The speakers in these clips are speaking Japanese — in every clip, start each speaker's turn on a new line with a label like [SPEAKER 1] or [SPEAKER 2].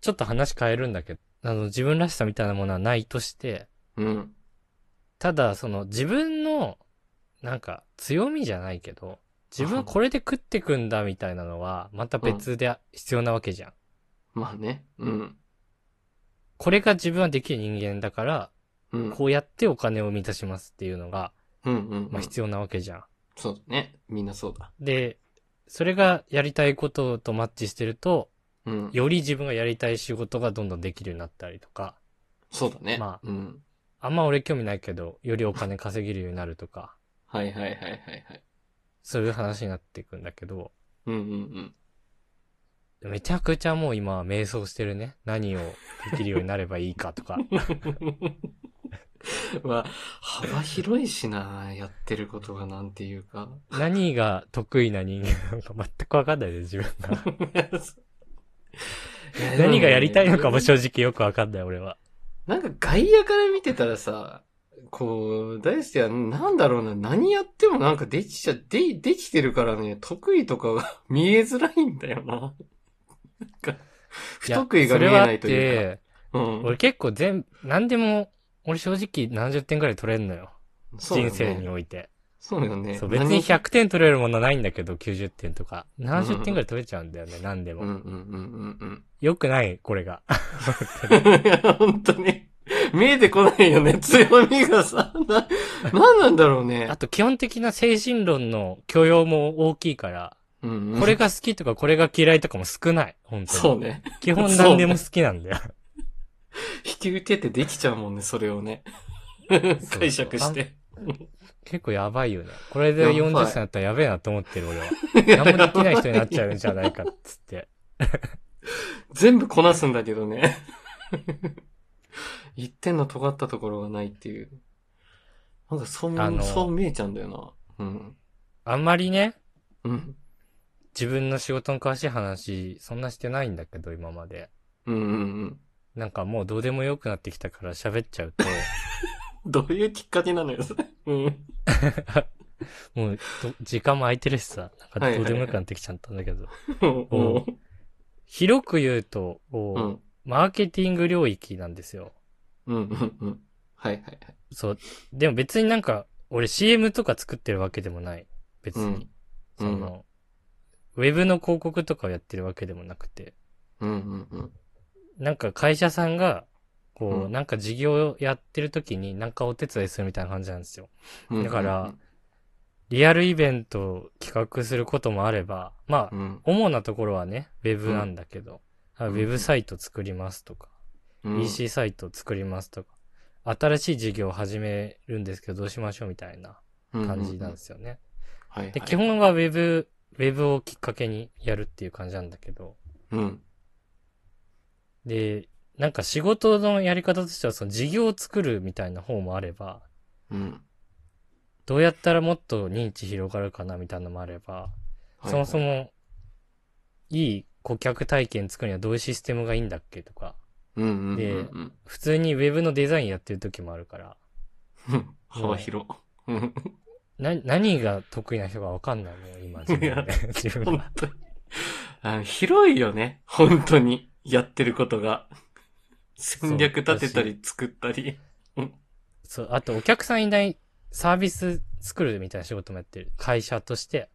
[SPEAKER 1] ちょっと話変えるんだけど、あの、自分らしさみたいなものはないとして、
[SPEAKER 2] うん。
[SPEAKER 1] ただ、その、自分の、なんか、強みじゃないけど、自分は
[SPEAKER 2] あ
[SPEAKER 1] これで食ってくんだみたいなのは、また別で必要なわけじゃん。
[SPEAKER 2] まあね。うん。
[SPEAKER 1] これが自分はできる人間だから、
[SPEAKER 2] うん。
[SPEAKER 1] こうやってお金を満たしますっていうのが、
[SPEAKER 2] うんうん、うん。
[SPEAKER 1] まあ必要なわけじゃん。
[SPEAKER 2] そうだね。みんなそうだ。
[SPEAKER 1] で、それがやりたいこととマッチしてると、
[SPEAKER 2] うん。
[SPEAKER 1] より自分がやりたい仕事がどんどんできるようになったりとか、
[SPEAKER 2] そうだね。
[SPEAKER 1] まあ
[SPEAKER 2] うん。
[SPEAKER 1] あんま俺興味ないけど、よりお金稼げるようになるとか、
[SPEAKER 2] はいはいはいはいはい。
[SPEAKER 1] そういう話になっていくんだけど、
[SPEAKER 2] うんうんうん。
[SPEAKER 1] めちゃくちゃもう今は迷走してるね。何をできるようになればいいかとか。
[SPEAKER 2] まあ、幅広いしな、やってることがなんてい うか。
[SPEAKER 1] 何が得意な人間なのか全くわかんないで、自分が。何がやりたいのかも正直よくわかんない、俺は。
[SPEAKER 2] なんか外野から見てたらさ、こう、大輔はなんだろうな、何やってもなんかできちゃ、で、できてるからね、得意とかが見えづらいんだよな。なんか、不得意が見えないと
[SPEAKER 1] やそれ
[SPEAKER 2] い
[SPEAKER 1] はあ
[SPEAKER 2] う
[SPEAKER 1] って、
[SPEAKER 2] か。うん。
[SPEAKER 1] 俺結構全、何でも、俺正直70点くらい取れんのよ。
[SPEAKER 2] そうだよ
[SPEAKER 1] 人
[SPEAKER 2] ね
[SPEAKER 1] 生において。
[SPEAKER 2] そうよね。
[SPEAKER 1] そう、別に100点取れるものないんだけど、90点とか。70点くらい取れちゃうんだよね、何で
[SPEAKER 2] 何。うん
[SPEAKER 1] も。
[SPEAKER 2] うんうんうん
[SPEAKER 1] よくない、これが。
[SPEAKER 2] うん。 本当に。見えてこないよね、 強みがさ。な、なんなんだろうね
[SPEAKER 1] あ。と基本的な精神論の許容も大きいから、
[SPEAKER 2] うんうん
[SPEAKER 1] これが好きとかこれが嫌いとかも少ない。本当に。
[SPEAKER 2] そうね。
[SPEAKER 1] 基本何でも好きなんだよ。
[SPEAKER 2] 引き受けてできちゃうもんね、それをね。
[SPEAKER 1] そう
[SPEAKER 2] 解釈して。
[SPEAKER 1] 結構やばいよね。これで
[SPEAKER 2] やばい
[SPEAKER 1] 40歳になったらやべえなと思ってる俺は。 何もできない人になっちゃうんじゃないかっつって。
[SPEAKER 2] 全部こなすんだけどね。 一点の尖ったところがないっていう。なんかそう見
[SPEAKER 1] あの
[SPEAKER 2] そう見えちゃうんだよな。うん。
[SPEAKER 1] あんまりね、
[SPEAKER 2] うん。
[SPEAKER 1] 自分の仕事の詳しい話、そんなしてないんだけど、今まで。
[SPEAKER 2] うんうんうん。
[SPEAKER 1] なんかもうどうでもよくなってきたから喋っちゃ うと、
[SPEAKER 2] どういうきっかけなのよ、 それ。うん。
[SPEAKER 1] もうど時間も空いてるしさ、なんかどうでもよくなってきちゃったんだけど。
[SPEAKER 2] もうも
[SPEAKER 1] 広く言うと、こ
[SPEAKER 2] う
[SPEAKER 1] う
[SPEAKER 2] うん。
[SPEAKER 1] マーケティング領域なんですよ。
[SPEAKER 2] うんうんうん。はいはいはい。
[SPEAKER 1] そう。でも別になんか、俺 CM とか作ってるわけでもない。別
[SPEAKER 2] う
[SPEAKER 1] に。
[SPEAKER 2] ん。
[SPEAKER 1] その、ウェブの広告とかをやってるわけでもなくて。
[SPEAKER 2] うんうんうん。
[SPEAKER 1] なんか会社さんが、こう、
[SPEAKER 2] うん
[SPEAKER 1] なんか事業をやってる時になんかお手伝いするみたいな感じなんですよ。
[SPEAKER 2] うん
[SPEAKER 1] だから、リアルイベントを企画することもあれば、まあ、
[SPEAKER 2] うん。
[SPEAKER 1] 主なところはね、ウェブなんだけど、あウ
[SPEAKER 2] うん
[SPEAKER 1] ェブサイト作りますとか、
[SPEAKER 2] うん。。
[SPEAKER 1] EC サイト作りますとか、新しい事業を始めるんですけどどうしましょうみたいな感じなんですすよね。
[SPEAKER 2] はいはい。
[SPEAKER 1] で、基本はウェブ、ウェブをきっかけにやるっていう感じなんだけど、
[SPEAKER 2] うん。
[SPEAKER 1] で、なんか仕事のやり方としてはその事業を作るみたいな方もあれば、
[SPEAKER 2] うん。
[SPEAKER 1] どうやったらもっと認知広がるかなみたいなのもあれば、そもそ
[SPEAKER 2] も。
[SPEAKER 1] も、いい顧客体験作るにはどういうシステムがいいんだっけとか、
[SPEAKER 2] うんうんうんうん。
[SPEAKER 1] で普通にウェブのデザインやってる時もあるから、
[SPEAKER 2] うん幅広。うん
[SPEAKER 1] な、何が得意な人がわかんないの今自分で。自 分
[SPEAKER 2] 本
[SPEAKER 1] が。
[SPEAKER 2] 当に。あ広いよね。本当に。やってることが。戦略立てたり作ったり。
[SPEAKER 1] そう、あとお客さんいないサービス作るみたいな仕事もやってる。会社として、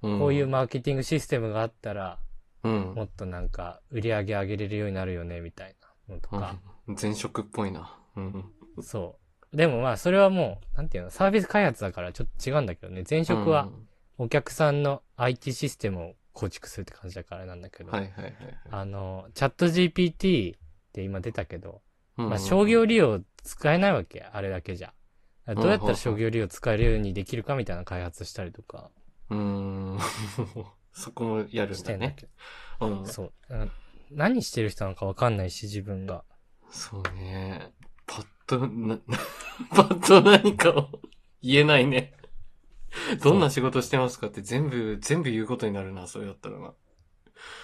[SPEAKER 1] こ
[SPEAKER 2] こ
[SPEAKER 1] ういうマーケティングシステムがあったら、
[SPEAKER 2] うん。
[SPEAKER 1] もっとなんか売り上げ上げれるようになるよね、みたいなのとか。
[SPEAKER 2] うん前職っぽいな。うん。
[SPEAKER 1] そう。でもまあ、それはもう、なんていうの、サービス開発だからちょっと違うんだけどね。前職はお客さんの IT システムを構築するって感じだからなんだけ
[SPEAKER 2] う
[SPEAKER 1] ど。
[SPEAKER 2] ん。はいはいはいはい。
[SPEAKER 1] あの、チャット GPT って今出たけど、
[SPEAKER 2] うん
[SPEAKER 1] まあ、商業利用使えないわけ、あれだけじゃ。だからどうやったら商業利用使えるようにできるかみたいな開発したりとか
[SPEAKER 2] うーん。 そこもやるん
[SPEAKER 1] して
[SPEAKER 2] だ
[SPEAKER 1] んだ
[SPEAKER 2] ね。
[SPEAKER 1] けど。
[SPEAKER 2] うん。
[SPEAKER 1] そう。うん何してる人なのかわかんないし、自分が。
[SPEAKER 2] そうね。パッと、な、 パッと何かを 言えないね。どんな仕事してますかって全部、全部言うことになるな、それだったらな。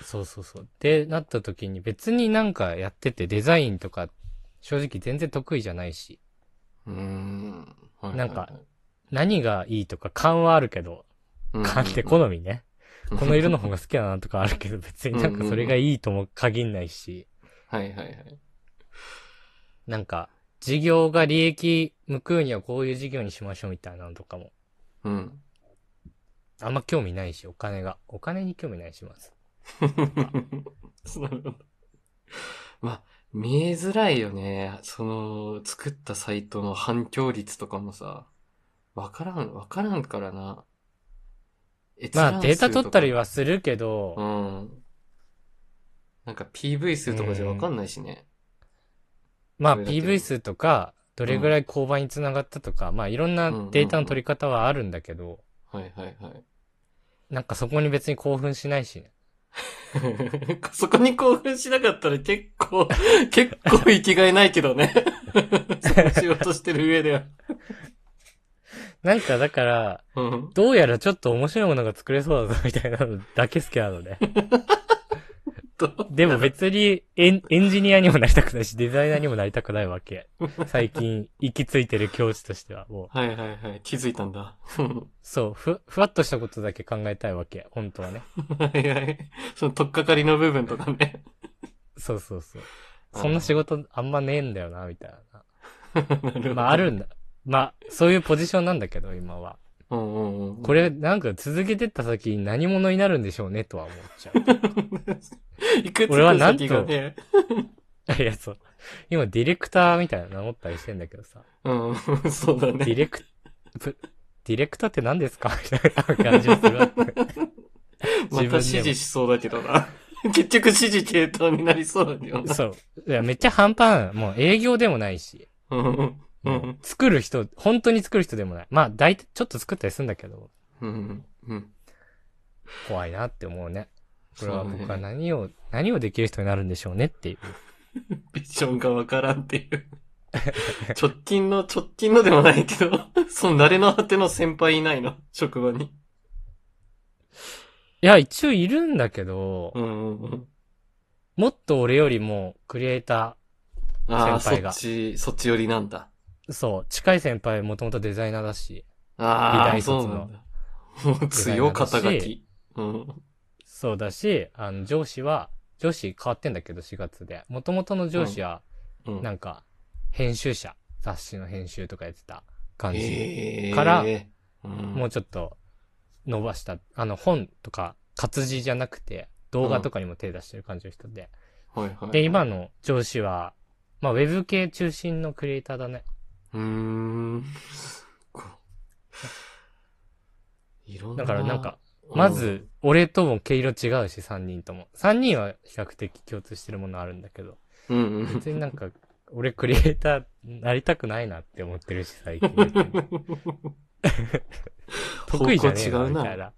[SPEAKER 1] そうそうそう。で、なった時に別になんかやっててデザインとか正直全然得意じゃないし、
[SPEAKER 2] うーん。はいはいはい
[SPEAKER 1] なんか、何がいいとか勘はあるけど、勘って
[SPEAKER 2] の、
[SPEAKER 1] 好みね。この色の方が好きだなとかあるけど別になんかそれがいいとも限んないし、
[SPEAKER 2] はいはいはい。
[SPEAKER 1] なんか、事業が利益向くにはこういう事業にしましょうみたいなのとかも、
[SPEAKER 2] うん。
[SPEAKER 1] あんま興味ないし、お金が。お金に興味ないします。
[SPEAKER 2] なるほど。まあ、見えづらいよね。その、作ったサイトの反響率とかもさ、わからん、わからんからな。閲覧
[SPEAKER 1] まあ、データ
[SPEAKER 2] 数とか
[SPEAKER 1] 取ったりはするけど、
[SPEAKER 2] うん。なんか PV 数とかじゃわかんないしね。
[SPEAKER 1] まあ、
[SPEAKER 2] どれだけ
[SPEAKER 1] PV 数とか、どれぐらい購買につながったとか、まあ、いろんなデータの取り方はあるんだけど、
[SPEAKER 2] はいはいはい。
[SPEAKER 1] なんかそこに別に興奮しないしね。
[SPEAKER 2] そこに興奮しなかったら結構、結構生きがいないけ どね。その仕事してる上では。
[SPEAKER 1] なんかだから、
[SPEAKER 2] うん。
[SPEAKER 1] どうやらちょっと面白いものが作れそうだぞみたいなのだけ好きなので。
[SPEAKER 2] と
[SPEAKER 1] でも別にエンエンジニアにもなりたくないし、デザイナーにもなりたくないわけ。最近行き着いてる境地としては、もう。
[SPEAKER 2] はいはいはい。気づいたんだ。
[SPEAKER 1] そう、ふ、ふわっとしたことだけ考えたいわけ。本当はね。
[SPEAKER 2] はいはい。その、とっかかりの部分とかね。
[SPEAKER 1] そうそうそう。そんな仕事あんまねえんだよな、みたい
[SPEAKER 2] なるほ
[SPEAKER 1] な。
[SPEAKER 2] ど
[SPEAKER 1] まあある。んだ。まあ、そういうポジションなんだけど、今は。
[SPEAKER 2] うんうんうん。
[SPEAKER 1] これ、なんか続けてった先に何者になるんでしょうね、とは思っちゃ う。
[SPEAKER 2] いくつ
[SPEAKER 1] 俺は
[SPEAKER 2] か
[SPEAKER 1] なんと
[SPEAKER 2] 先がね。
[SPEAKER 1] いや、そう。今、ディレクターみたいなの名乗ったりしてんだけどさ。
[SPEAKER 2] うん、 そうだ
[SPEAKER 1] ディ
[SPEAKER 2] ね。
[SPEAKER 1] レク、ぶディレクターって何ですかみたいな感じがするわけ。
[SPEAKER 2] また指示しそうだけどな。 結局指示系統になりそうだよな。
[SPEAKER 1] そう。いや、めっちゃ半端ない。もう営業でもないし。
[SPEAKER 2] うんう
[SPEAKER 1] もうん作る人、本当に作る人でもない。まあ、大体、ちょっと作ったりするんだけど、
[SPEAKER 2] うんうん。
[SPEAKER 1] 怖いなって思うね。これは
[SPEAKER 2] そう
[SPEAKER 1] 僕
[SPEAKER 2] ね
[SPEAKER 1] は何を、何をできる人になるんでしょうねっていう。
[SPEAKER 2] ビジョンがわからんっていう。 直近の、直近のでもないけど、 その慣れの果ての先輩いないの職場に。
[SPEAKER 1] いや、一応いるんだけど、
[SPEAKER 2] うんうんうん。
[SPEAKER 1] もっと俺よりも、クリエイタ
[SPEAKER 2] ああ、そ
[SPEAKER 1] 先輩
[SPEAKER 2] っ
[SPEAKER 1] が
[SPEAKER 2] ち、そっち寄りなんだ。
[SPEAKER 1] ー、そう、近い先輩もともとデザイナーだし、
[SPEAKER 2] あ
[SPEAKER 1] 美大
[SPEAKER 2] あ、そ
[SPEAKER 1] 卒
[SPEAKER 2] う
[SPEAKER 1] の
[SPEAKER 2] なんだ。もう強い肩書き。うん。
[SPEAKER 1] そうだし、あの、上司は、上司変わってんだけど、4月で。元々の上司は、
[SPEAKER 2] うん
[SPEAKER 1] なんか、編集者、雑誌の編集とかやってた感じ。
[SPEAKER 2] へー
[SPEAKER 1] から
[SPEAKER 2] うん、
[SPEAKER 1] もうちょっと伸ばした、あの本とか活字じゃなくて動画とかにも手出してる感じの人で。
[SPEAKER 2] はいはいはい
[SPEAKER 1] で、今の上司は、まあウェブ系中心のクリエイターだね。
[SPEAKER 2] うーん。こういろんな。
[SPEAKER 1] だからなんか、
[SPEAKER 2] うん、
[SPEAKER 1] まず俺とも毛色違うし3人とも。3人は比較的共通してるものあるんだけど、
[SPEAKER 2] うんうん。
[SPEAKER 1] 別になん か俺クリエイターなりたくないなって思ってるし最 近別に。得意じゃねえ
[SPEAKER 2] 方
[SPEAKER 1] な
[SPEAKER 2] 向違う
[SPEAKER 1] み
[SPEAKER 2] な
[SPEAKER 1] たいな。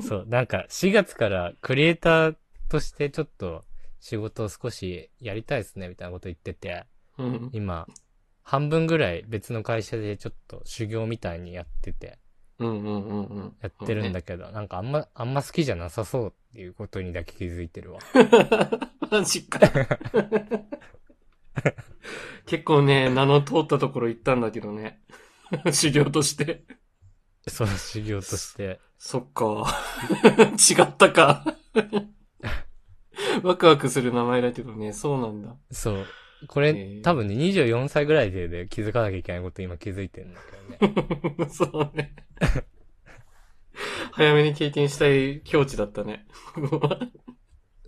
[SPEAKER 1] そう、なんか4月からクリエイターとしてちょっと仕事を少しやりたいですねみたいなこと言ってて、
[SPEAKER 2] うん
[SPEAKER 1] 今、半分ぐらい別の会社でちょっと修行みたいにやってて、
[SPEAKER 2] うんうんうんうん。
[SPEAKER 1] やってるんだけど、なんかあんま、あんま好きじゃなさそうっていうことにだけ気づいて るわ。
[SPEAKER 2] マジ か。結構ね、名の通ったところ行ったんだけどね。 修行として。
[SPEAKER 1] その修行として。
[SPEAKER 2] そっか。 違ったか。 ワクワクする名前だけどね、そうなんだ。
[SPEAKER 1] そう。こ
[SPEAKER 2] へ
[SPEAKER 1] れ
[SPEAKER 2] ー
[SPEAKER 1] 多分ね24歳ぐらいでで気づかなきゃいけないこと今気づいてるんだけどね。
[SPEAKER 2] そうね。早めに経験したい境地だったね。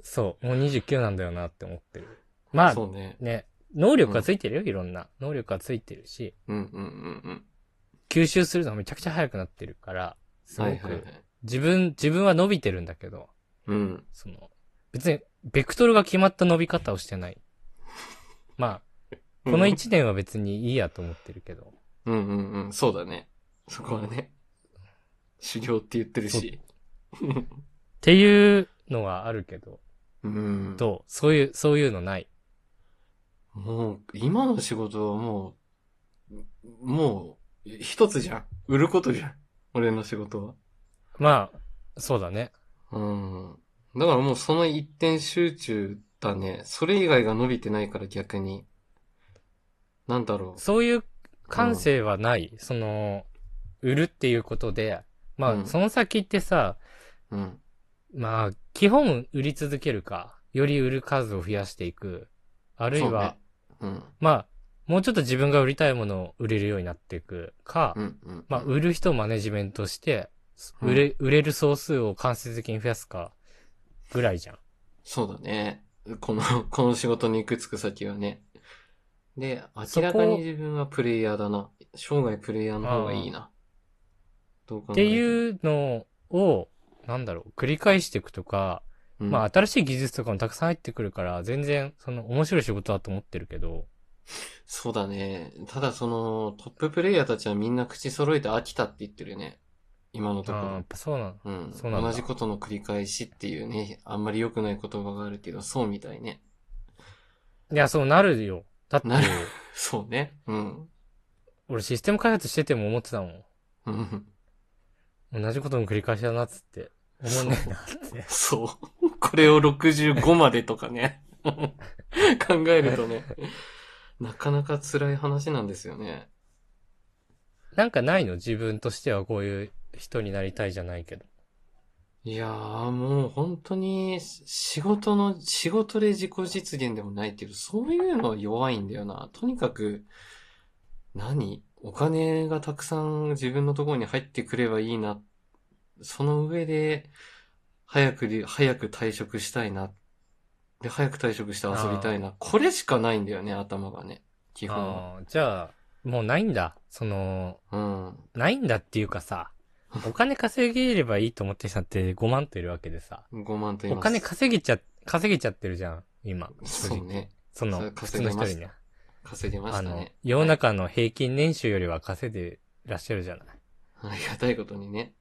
[SPEAKER 1] そう。もう29なんだよなって思ってる。 まあ、
[SPEAKER 2] そうね。
[SPEAKER 1] ね、能力がついてるよ、いろんな。能力がついてるし、
[SPEAKER 2] うんうんうん
[SPEAKER 1] 吸収するのがめちゃくちゃ早くなってるから、す
[SPEAKER 2] うん。は
[SPEAKER 1] ご
[SPEAKER 2] いはいはい
[SPEAKER 1] く、。自分、自分は伸びてるんだけど、
[SPEAKER 2] うん。
[SPEAKER 1] その、別に、ベクトルが決まった伸び方をして ない。まあ、この1年は別にいいやと思ってるけど、
[SPEAKER 2] うんうんうん。そうだね。そこはね。修行って言ってるし。
[SPEAKER 1] っていうのはあるけど、
[SPEAKER 2] うん。
[SPEAKER 1] どうそういう、そういうのない。
[SPEAKER 2] もう、今の仕事はもう、もう、一つじゃん。売ることじゃん。俺の仕事は。
[SPEAKER 1] まあ、そうだね。
[SPEAKER 2] うん。だからもうその一点集中だね。それ以外が伸びてないから逆に。なんだろ
[SPEAKER 1] そういう感性はない。その、売るっていうことで、まあ、
[SPEAKER 2] うん
[SPEAKER 1] その先ってさ、
[SPEAKER 2] う。うん。
[SPEAKER 1] まあ、基本売り続けるか、より売る数を増やしていくあるいは、
[SPEAKER 2] そうね。
[SPEAKER 1] まあ、もうちょっと自分が売りたいものを売れるようになっていくか、
[SPEAKER 2] うん。うん。うん。
[SPEAKER 1] まあ、売る人をマネジメントして、
[SPEAKER 2] うん
[SPEAKER 1] 売れ、売れる総数を間接的に増やすか、ぐらいじゃん。
[SPEAKER 2] そうだね。この、 この仕事に行くつく先はね。で、
[SPEAKER 1] そ
[SPEAKER 2] 明
[SPEAKER 1] こ
[SPEAKER 2] らかに自分はプレイヤーだな。生涯プレイヤーの方がいいな。どう考え
[SPEAKER 1] ってて
[SPEAKER 2] も
[SPEAKER 1] いうのを、なんだろう、繰り返していくとか、
[SPEAKER 2] うん
[SPEAKER 1] まあ、新しい技術とかもたくさん入ってくるから、全然、その、面白い仕事だと思ってるけど、
[SPEAKER 2] そうだね。ただその、トッププレイヤーたちはみんな口揃えて飽きたって言ってるね。今のとこ
[SPEAKER 1] ああ、や
[SPEAKER 2] ろ
[SPEAKER 1] っ。ぱそうなの。
[SPEAKER 2] うん。
[SPEAKER 1] そうなんだ
[SPEAKER 2] 同じことの繰り返しっていうね、あんまり良くない言葉があるけど、そうみたいね。
[SPEAKER 1] いや、そうなるよ。だって
[SPEAKER 2] な、るそうね。うん。
[SPEAKER 1] 俺システム開発してても思ってたもん。
[SPEAKER 2] うん。
[SPEAKER 1] 同じことの繰り返しだなっつって。思んないなって。
[SPEAKER 2] そう。これを65までとか ね。考えるとね。なかなか辛い話なんですよね。
[SPEAKER 1] なんかないの自分としてはこういう人になりたいじゃないけど。
[SPEAKER 2] いやーもう本当に仕事の、仕事で自己実現でもないけど、そういうのは弱いんだよな。とにかく、何お金がたくさん自分のところに入ってくればいいな。その上で、早くり、早く退職したいな。で、早く退職して遊びたいな。これしかないんだよね、頭がね。基本は。
[SPEAKER 1] ああ、じゃあ、もうないんだ。その、
[SPEAKER 2] うん。
[SPEAKER 1] ないんだっていうかさ、お金稼げればいいと思ってる人って5万といるわけでさ、
[SPEAKER 2] 5万と言い
[SPEAKER 1] お
[SPEAKER 2] ます。
[SPEAKER 1] 金稼げちゃ、稼げちゃってるじゃん、今。正直
[SPEAKER 2] そうね。
[SPEAKER 1] そ
[SPEAKER 2] そ
[SPEAKER 1] の
[SPEAKER 2] れ、
[SPEAKER 1] 普通の
[SPEAKER 2] 稼げ
[SPEAKER 1] 人
[SPEAKER 2] ま
[SPEAKER 1] に
[SPEAKER 2] し
[SPEAKER 1] ね
[SPEAKER 2] た。。稼げまし
[SPEAKER 1] あ
[SPEAKER 2] た
[SPEAKER 1] の
[SPEAKER 2] ね。、
[SPEAKER 1] 世の中の平均年収よりは稼いでらっしゃるじゃない。
[SPEAKER 2] ありがたいことにね。